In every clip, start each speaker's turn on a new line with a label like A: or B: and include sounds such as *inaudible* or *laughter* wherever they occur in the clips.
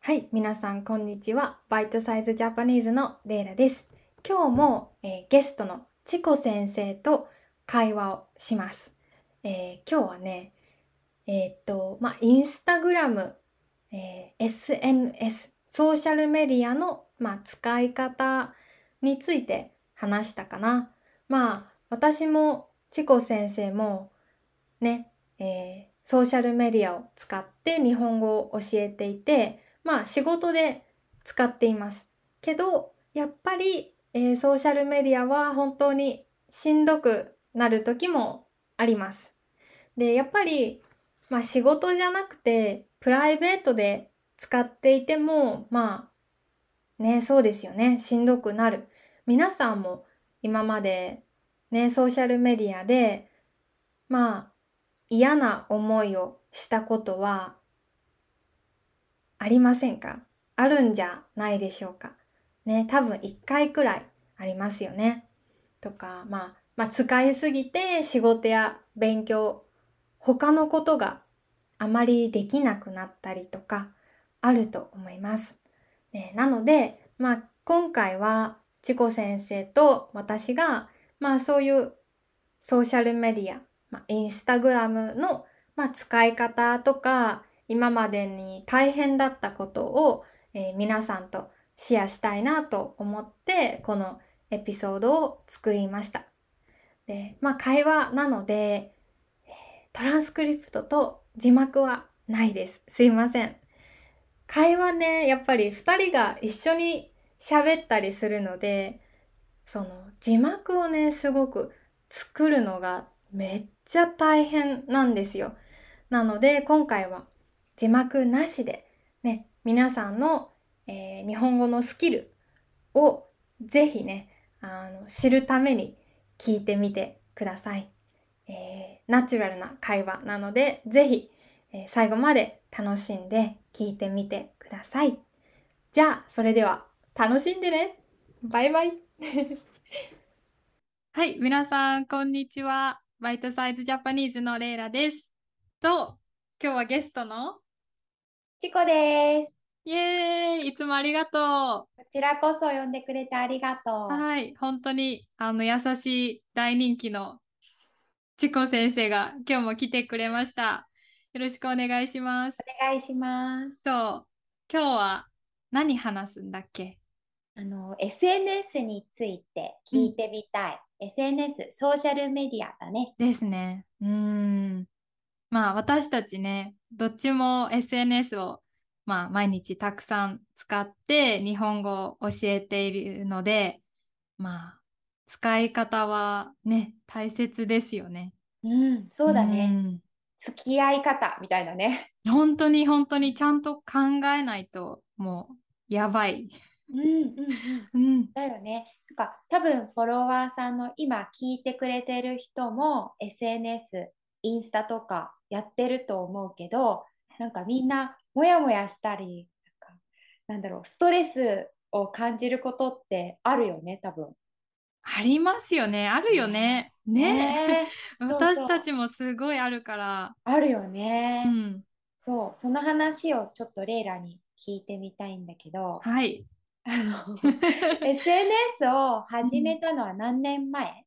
A: はい、皆さんこんにちは。バイトサイズジャパニーズのレイラです。今日も、えーゲストのチコ先生と会話をします。えー今日はね、えーっと、まあ、インスタグラム、えー SNS、ソーシャルメディアの、まあ、使い方について話したかな。まあ、私もチコ先生もね、えーソーシャルメディアを使って日本語を教えていて、まあ仕事で使っています。けど、やっぱり、えーソーシャルメディアは本当にしんどくなる時もあります。で、やっぱり、まあ仕事じゃなくて、プライベートで使っていても、まあ、ね、そうですよね。しんどくなる。皆さんも今まで、ね、ソーシャルメディアで、まあ、嫌な思いをしたことはありませんかあるんじゃないでしょうかね、多分1回くらいありますよね。とか、まあ、まあ、使いすぎて仕事や勉強、他のことがあまりできなくなったりとか、あると思います。ね、なので、まあ、今回は、チコ先生と私が、まあ、そういうソーシャルメディア、まあ、インスタグラムの、まあ、使い方とか、今までに大変だったことを、えー皆さんとシェアしたいなと思って、このエピソードを作りました。で、まあ、会話なので、えートランスクリプトと字幕はないです。すいません。会話ね、やっぱり2人が一緒に喋ったりするので、その字幕をね、すごく作るのがめっちゃ大変なんですよ。なので今回は字幕なしでね、皆さんの、えー日本語のスキルをぜひね、あの知るために聞いてみてください。えーナチュラルな会話なので、ぜひ、えー最後まで楽しんで聞いてみてください。じゃあ、それでは楽しんでねバイバイ *laughs* はい、皆さん、こんにちは。バイトサイズジャパニーズのレイラです。と、今日はゲストの
B: チコです。
A: イエーイいつもありがと
B: こちらこそ呼んでくれてありがと
A: う。
B: う。
A: はい、本当にあの優しい大人気のチコ先生が今日も来てくれました。よろしくお願いします。
B: お願いします。
A: そう、今日は何話すんだっけ
B: あの SNS について聞いてみたい。SNS、ソーシャルメディアだね。
A: ですね。うーん。まあ私たちね、どっちも SNS を、まあ、毎日たくさん使って日本語を教えているので、まあ使い方はね、大切ですよね。
B: うん、そうだね。
A: ん
B: 付き合い方みたいなね。
A: 本当に本当にちゃんと考えないともうやばい。
B: うんうんうん。
A: うん、
B: だよね。なんか多分フォロワーさんの今聞いてくれてる人も SNS、インスタとかやってると思うけど、なんかみんなモヤモヤしたり、なんかなんだろう、ストレスを感じることってあるよね、多分。
A: ありますよね。あるよね。 *laughs* ね、
B: ねえ *laughs* そうそ
A: 私
B: う
A: たちもすごいあるから。
B: あるよね。
A: うん、
B: そう、その話をちょっとレイラに聞いてみたいんだけど、
A: はい。 *laughs*
B: あの SNS を始めたのは何年前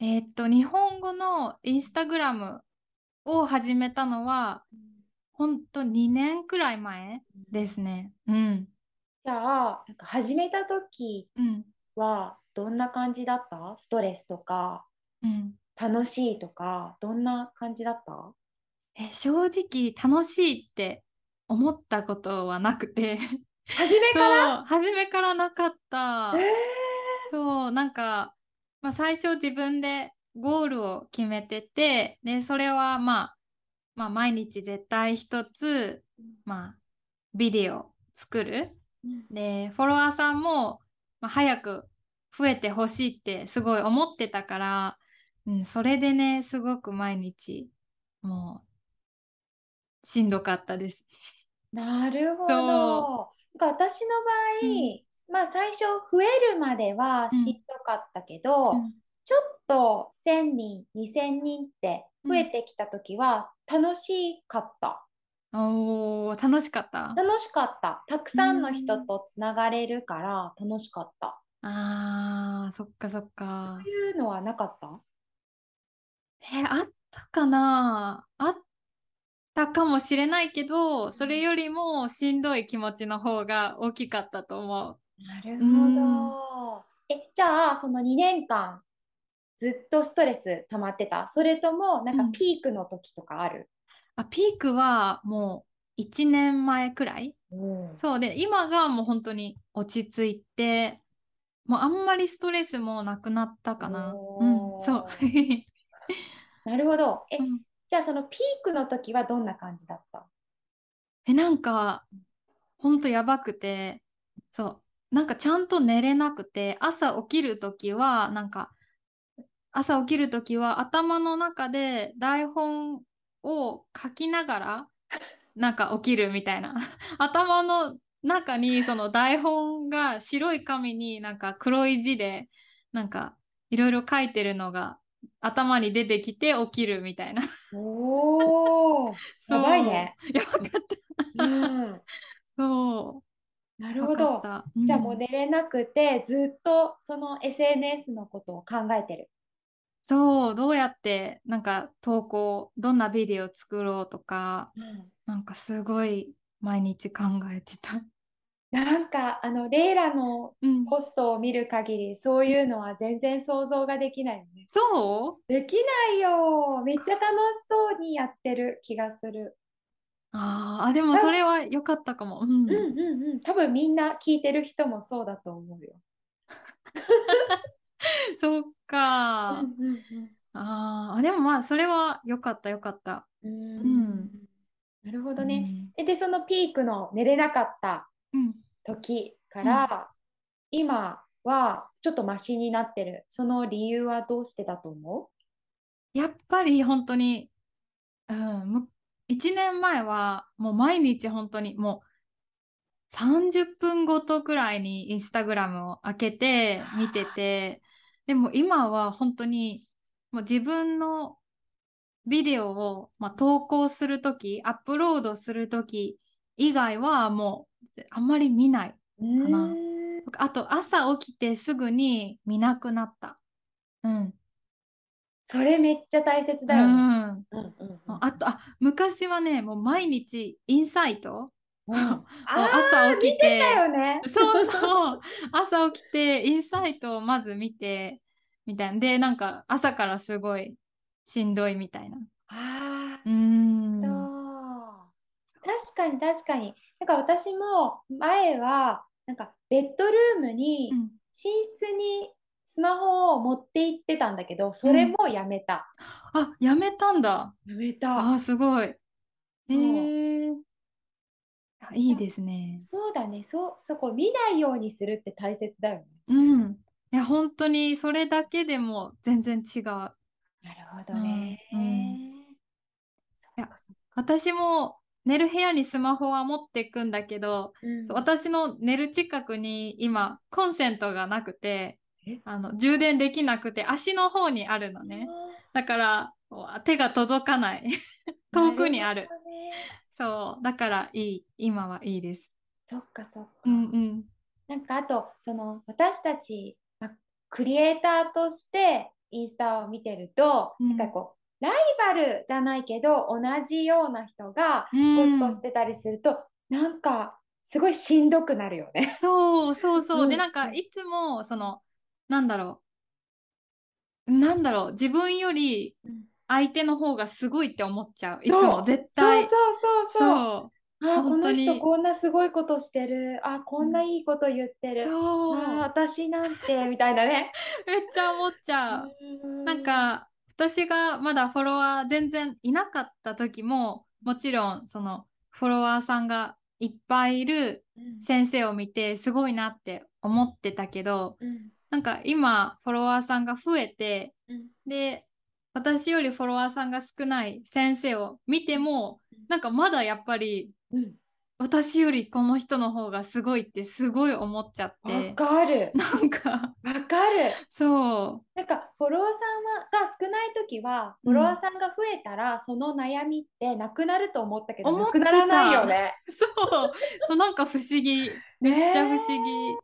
A: えーっと、日本語のインスタグラムを始めたのは、ほんと2年くらい前ですね。うん。
B: じゃあ、なんか始めた時
A: うん。
B: はどんな感じだったストレスとか
A: うん。
B: 楽しいとかどんな感じだった
A: え、正直楽しいって思ったことはなくて、
B: 初め
A: そ
B: から
A: う、初めからなかった
B: え。ー
A: そう、なんか、まあ、最初自分でゴールを決めてて、で、それはまあ、まあ、毎日絶対一つ、まあ、ビデオ作る。で、フォロワーさんも、まあ、早く増えてほしいってすごい思ってたから、うん、それでね、すごく毎日、もう、しんどかったです。
B: なるほ
A: そ
B: ど。なんか私の場合、まあ最初増えるまではしんどかったけど、
A: うん
B: ちょっと1000人、2000人って増えてきた時は楽しかった。
A: おー楽しかった。
B: 楽しかった。たくさんの人とつながれるから楽しかった。
A: あー、そっかそっか
B: そう。いうのはなかった
A: *laughs* えーあったかなあったかもしれないけど、それよりもしんどい気持ちの方が大きかったと思う。
B: なる
A: ほ
B: ど。え、じゃあその2年間ずっとストレス溜まってたそれともなん
A: う
B: か
A: ん
B: ピークの時とかある、
A: あ、ピークはもう1年前くらい
B: うん
A: そうで、今がもう本当に落ち着いて、もうあんまりストレスもなくなったかな。うん、
B: おー
A: そう。 *laughs*
B: なるほど。え、
A: うん
B: じゃあそのピークの時はどんな感じだった
A: え、なんか、ほんとやばくて、そう、なんかちゃんと寝れなくて、朝起きるときは、なんか、朝起きるときは頭の中で台本を書きながら、なんか起きるみたいな。 *laughs* 頭の中にその台本が白い紙になんか黒い字で、なんかいろいろ書いてるのが頭に出てきて起きるみたいな。
B: おお、やばいね。
A: そう。やばかった。
B: うん、
A: そう。
B: なるほど。
A: ど。
B: じゃあもう寝れなくてずっとその SNS のことを考えてる。
A: そう、どうやってなんか投稿、どんなビデオ作ろうとか、
B: うん
A: なんかすごい毎日考えてた。
B: なんかあのレイラの
A: うん。
B: ポストを見る限りそういうのは全然想像ができないよね。
A: そう
B: できないよ。めっちゃ楽しそうにやってる気がする。
A: あーあ、でもそれは良かったかも。う
B: うん
A: ん。
B: うんうん。多分みんな聞いてる人もそうだと思うよ。
A: そっ
B: う
A: か。
B: んうん
A: あーあ、でもまあそれは良かった良かった。
B: うん。
A: ん
B: なるほど
A: う
B: ね。
A: ん
B: えでそのピークの寝れなかった
A: うん。
B: 時から、今はちょっとマシになってる。その理由はどうしてだと思
A: やっぱり本当に、うん、む1年前はもう毎日本当にもう30分ごとくらいにインスタグラムを開けて見てて、でも今は本当にもう自分のビデオを、まあ、投稿するとき、アップロードするとき以外はもうあんまり見ない。
B: う？
A: かな
B: うーん
A: あと朝起きてすぐに見なくなった。うん。
B: それめっちゃ大切だよ
A: う
B: ね。
A: ん。
B: うんうんうん
A: あとあ昔はねもう毎日インサイト
B: うん
A: あを
B: あ
A: 朝起きて
B: だよね。
A: そうそう *laughs* 朝起きてインサイトをまず見てみたいなでなんか朝からすごいしんどいみたいな
B: あ
A: うー
B: ー
A: ん
B: そう確かに確かに。なんか私も前はなんかベッドルームに
A: うん
B: 寝室にスマホを持って行ってたんだけど、それもやめた。
A: あやめたんだ
B: やめた。
A: あすごいえ
B: そう
A: ー、あいいですね
B: そうだね。そうそこ見ないようにするって大切だよね。
A: うんいや本当にそれだけでも全然違う
B: なるほどね。
A: うん
B: そ
A: い
B: っ
A: や
B: かそっか
A: 私も寝る部屋にスマホは持っていくんだけど
B: うん
A: 私の寝る近くに今コンセントがなくて
B: え
A: あの充電できなくて足の方にあるのねだから手が届かない遠くにある
B: なほどね
A: そうだからいい今はいいです
B: そっかそっか。
A: うんうん
B: なんかあとその私たち、まあクリエイターとしてインスタを見てると、
A: うん
B: なんかこうライバルじゃないけど同じような人が
A: うん
B: ポストしてたりすると、なんかすごいしんどくなるよね。
A: そうそうそう、
B: うん
A: でなんかいつもそのなんだろうなんだろう自分より
B: うん
A: 相手の方がすごいって思っちゃういつ
B: そう
A: も絶
B: そう
A: 対
B: そうそうそう。
A: そう
B: あーこ
A: 本当
B: の
A: に
B: 人こんなすごいことしてる。あーこんないいこと言ってる。あ
A: そう
B: ー私なんてみたいなね。
A: めっちゃ思っちゃうなんか私がまだフォロワー全然いなかった時ももちろんそのフォロワーさんがいっぱいいる
B: うん、
A: 先生を見てすごいなって思ってたけど
B: うん
A: なんか今フォロワーさんが増えて
B: うん
A: で私よりフォロワーさんが少ない先生を見てもなんかまだやっぱり
B: うん
A: 私よりこの人の方がすごいってすごい思っちゃっ
B: わ
A: て
B: かる。
A: なんか
B: わかる。
A: そ
B: なんかフォロワーさんはが少ない時はフ
A: うん
B: ォロワーさんが増えたらその悩みってなくなると思ったけど、
A: 思っ
B: な
A: てた
B: くならないよね。
A: うそうそうなんか不思議めっちゃ不
B: ね
A: 思議、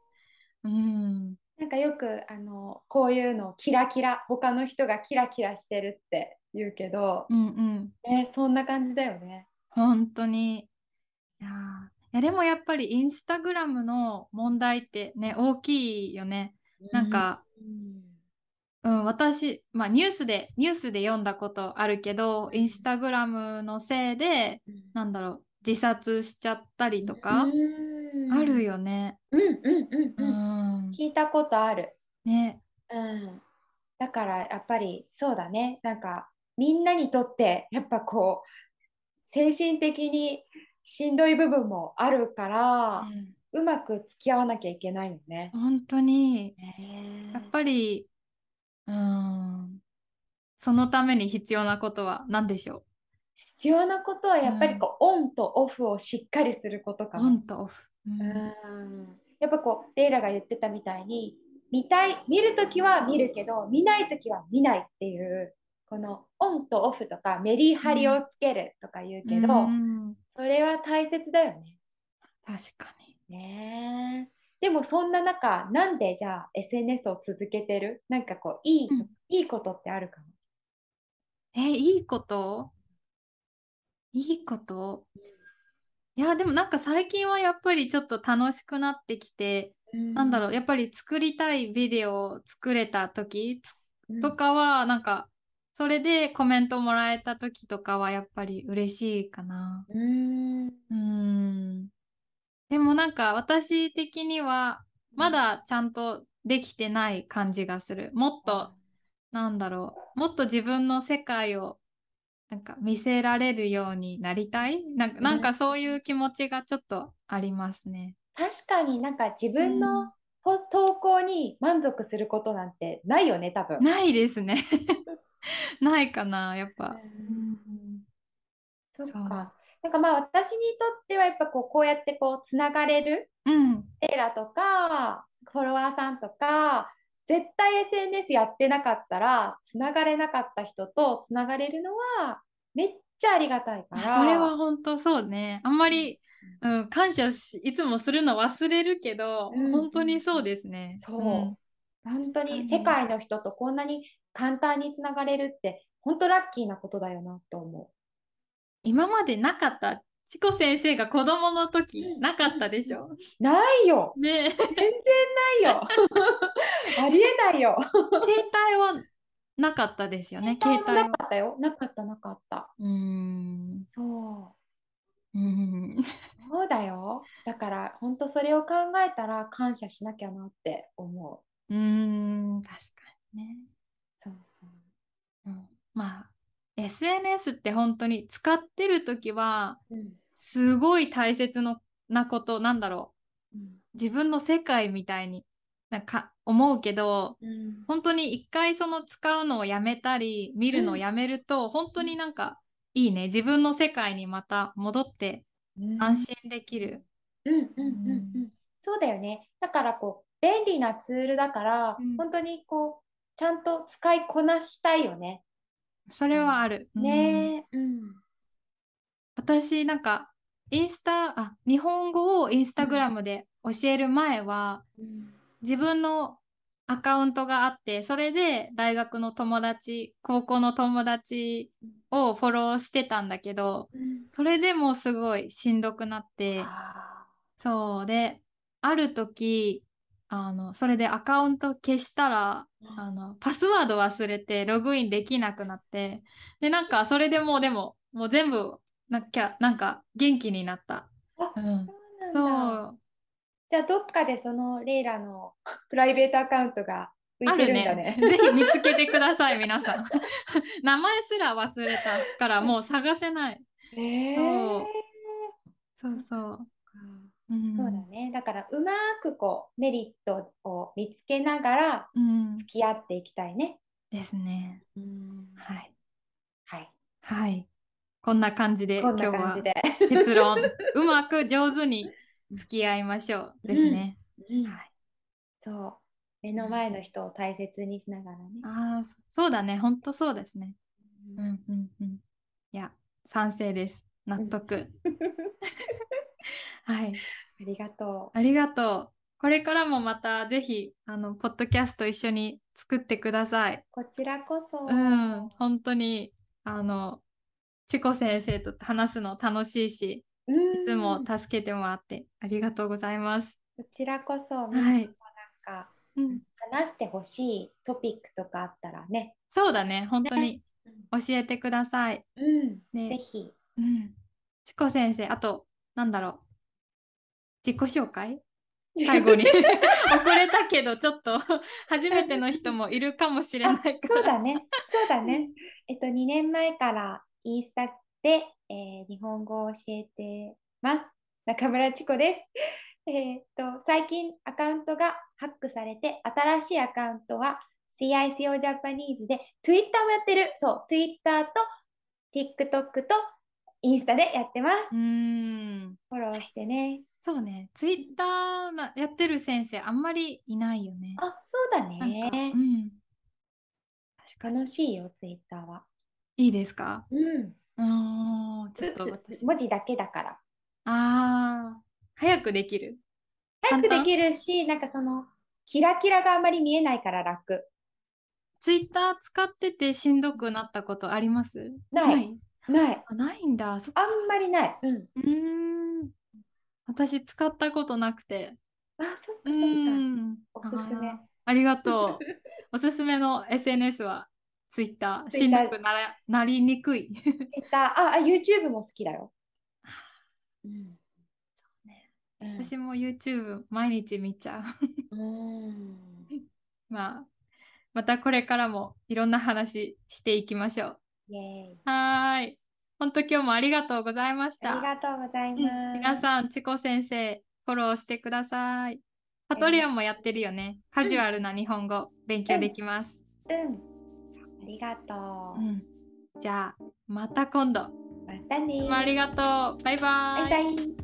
A: うん
B: なんかよくあのこういうのキラキラ他の人がキラキラしてるって言うけど、
A: うんうん
B: ね、そんな感じだよね。
A: 本当にいやーいやでもやっぱりインスタグラムの問題ってね大きいよねなんか、
B: うん、
A: うん、私、まあ、ニュースでニュースで読んだことあるけどインスタグラムのせいでなんだろう自殺しちゃったりとか、
B: うん
A: ある。よね。
B: うんうんうん
A: う
B: う
A: ん、
B: ん。聞いたことある。
A: ね
B: うん、だからやっぱりそうだねなんかみんなにとってやっぱこう精神的にしんどい部分もあるから、うまく付き合わなきゃいけないよね。
A: 本当にやっ
B: ね
A: ぱり、うん、そのために必要なことは何でしょ
B: 必要なことはやっぱりこう、オンとオフをしっかりすること
A: う
B: か
A: オ
B: な。
A: ンとオフ。うん
B: うん、やっぱこうレイラが言ってたみたいに見たい見るときは見るけど見ないときは見ないっていうこのオンとオフとかメリハリをつけるとか言うけど。
A: うん
B: それは大切だよね。
A: 確かに。
B: ねえでもそんな中、なんでじゃあ SNS を続けてるなんかこう、いいと、
A: うん
B: いいことってあるかも。
A: え、いいこといいこといや、でもなんか最近はやっぱりちょっと楽しくなってきて、なんだろう、やっぱり作りたいビデオを作れた時つ
B: うん、
A: とかは、なんか、それでコメントもらえた時とかはやっぱり嬉しいかな。
B: うーん。
A: うーん。でもなんか私的には、まだちゃんとできてない感じがする。もっとなんだろう、もっと自分の世界をなんか見せられるようになりたいなんかなんかそういう気持ちがちょっとありますね。
B: 確かになんか自分のポ投稿に満足することなんてないよね、多分。
A: ないですね。 *laughs* ないかな、やっぱ。うん
B: そっ
A: そう
B: か。なんかまあ私にとってはやっぱこうこうやってこうつながれる
A: うん、
B: テラとかフォロワーさんとか絶対 SNS やってなかったらつながれなかった人とつながれるのはめっちゃありがたいか
A: あ
B: ら
A: それは本当そうね。あんまり、うん、感謝しいつもするの忘れるけど、
B: うん
A: 本当にそうですね。
B: そう、
A: ん
B: 本当
A: 確か
B: に
A: に
B: 世界の人とこんなに簡単につながれるって本当ラッキーなことだよなと思
A: 今までなかった、チコ先生が子供の時、
B: うん
A: なかったで
B: *laughs*
A: しょ。
B: うないよ
A: ねえ
B: 全然な
A: *laughs*
B: いよありえないよ
A: 携帯はなかったですよね。携
B: 携帯
A: 帯
B: もな
A: は。
B: かったよなかったなかった
A: うーん。
B: そう
A: うん。
B: そうだよ。だから本当それを考えたら感謝しなきゃなって思
A: うーん確かにね。
B: う。そうそう。
A: うん、まあ SNS って本当に使ってる時は
B: うん
A: すごい大切のなことなんだろ
B: うん
A: う自分の世界みたいになんか思うけど
B: うん
A: 本当に一回その使うのをやめたり見るのをやめると、本当になんかいいね自分の世界にまた戻って
B: うん
A: 安心できる。
B: うんうんうんうんそうだよね。だからこう便利なツールだから、
A: うん
B: 本当にこうちゃんと使いこなしたいよね。
A: それはある。うん
B: ねえ。うん。
A: 私なんかインスタあ日本語をインスタグラムで教える前は、
B: うん
A: 自分のアカウントがあってそれで大学の友達高校の友達をフォローしてたんだけど
B: うん
A: それでもうすごいしんどくなって
B: あ
A: そうである時あのそれでアカウント消したら
B: ー
A: あのパスワード忘れてログインできなくなってでなんかそれでもうでももう全部なきゃなんか元気になった
B: あ
A: うん
B: そうなんだ。
A: そう
B: じゃあどっかでそのレイラの *laughs* プライベートアカウントが浮
A: あ
B: いて
A: る
B: るんだ
A: ね
B: ね。
A: ぜひ見つけてください皆さん *laughs* 名前すら忘れたからもう探せない
B: ねえ
A: そうそうそう、うん、
B: そうだね。だからうまくこうメリットを見つけながら
A: うん
B: 付き合っていきたいね。
A: ですねはい
B: はい。
A: はいこんな感じで
B: こ
A: 今
B: ん
A: 日
B: な感
A: は
B: じで。
A: 結
B: *laughs*
A: 論うまく上手に付き合いましょうですね。
B: うん
A: はい
B: そう。目の前の人を大切にしながらね。
A: ああそそうだね本当そうですね。
B: う
A: うんんうんうん。いや賛成です納
B: *laughs*
A: 得。はい
B: ありがとう。
A: ありがとう。これからもまたぜひあのポッドキャスト一緒に作ってください。
B: こちらこそ。
A: うん本当にあのチコ先生と話すの楽しいし
B: うん
A: いつも助けてもらってありがとうございます。
B: こちらこそ、
A: は
B: なん
A: い。
B: か
A: うん、
B: 話してほしいトピックとかあったらね。
A: そうだね本当に
B: うん
A: 教えてください。
B: うん、
A: ね
B: ぜひ。
A: うん。チコ先生、あと、なんだろう。自己紹
B: *laughs*
A: 介最後に。遅 *laughs* れたけど、ちょっと、初めての人もいるかもしれないから。
B: そうだね。そうだね。えっと、2年前からインスタで、えー日本語を教えてます。中村千子です。 *laughs* えーっと、最近アカウントがハックされて、新しいアカウントは CICO ジャパニーズで、Twitter もやってる。そう、Twitter と TikTok とインスタでやってます。
A: うーん。
B: フォローしてね。
A: そうね。ツイッターやってる先生、あんまりいないよね。
B: あ、そうだ
A: なんか、
B: ね
A: う。ん。確かに。
B: 楽しいよ、Twitter は。
A: いいですか
B: うん。
A: うーん。ちょっと
B: つつ
A: 私。
B: 文字だけだから。
A: ああ。早くできる。
B: 早
A: 簡
B: くで
A: 単
B: きるし、なんかその、キラキラがあんまり見えないから楽。
A: ツイッター使っててしんどくなったことあります
B: ないない。
A: あないんだ。そっか
B: あんまりない。うん。
A: うーん。私使ったことなくて。
B: あ、そっかそっ
A: う
B: か。
A: ん。
B: おすすめ
A: あー。ありが
B: *laughs*
A: とう。おすすめの SNS は Twitter。しんど
B: Twitter
A: くならなりに
B: *laughs*
A: くい。
B: Twitter あ、あ、YouTube も好きだよ。うん。そう
A: ね。
B: うん、
A: 私も YouTube 毎日見ちゃう。 *laughs*
B: うん。
A: まあ、またこれからもいろんな話していきましょう。
B: イェーイ。
A: はーい。本当今日もありがとうございまし
B: あり
A: た。
B: がとうございます。
A: うん皆さん、チコ先生、フォローしてください。パトリオンもやってるよね。カジュアルな日本語、勉強できます。
B: うん。ありがとう。
A: うん。じゃあ、また今度。
B: またね
A: どうもありがとう。バイバ
B: バイバイ。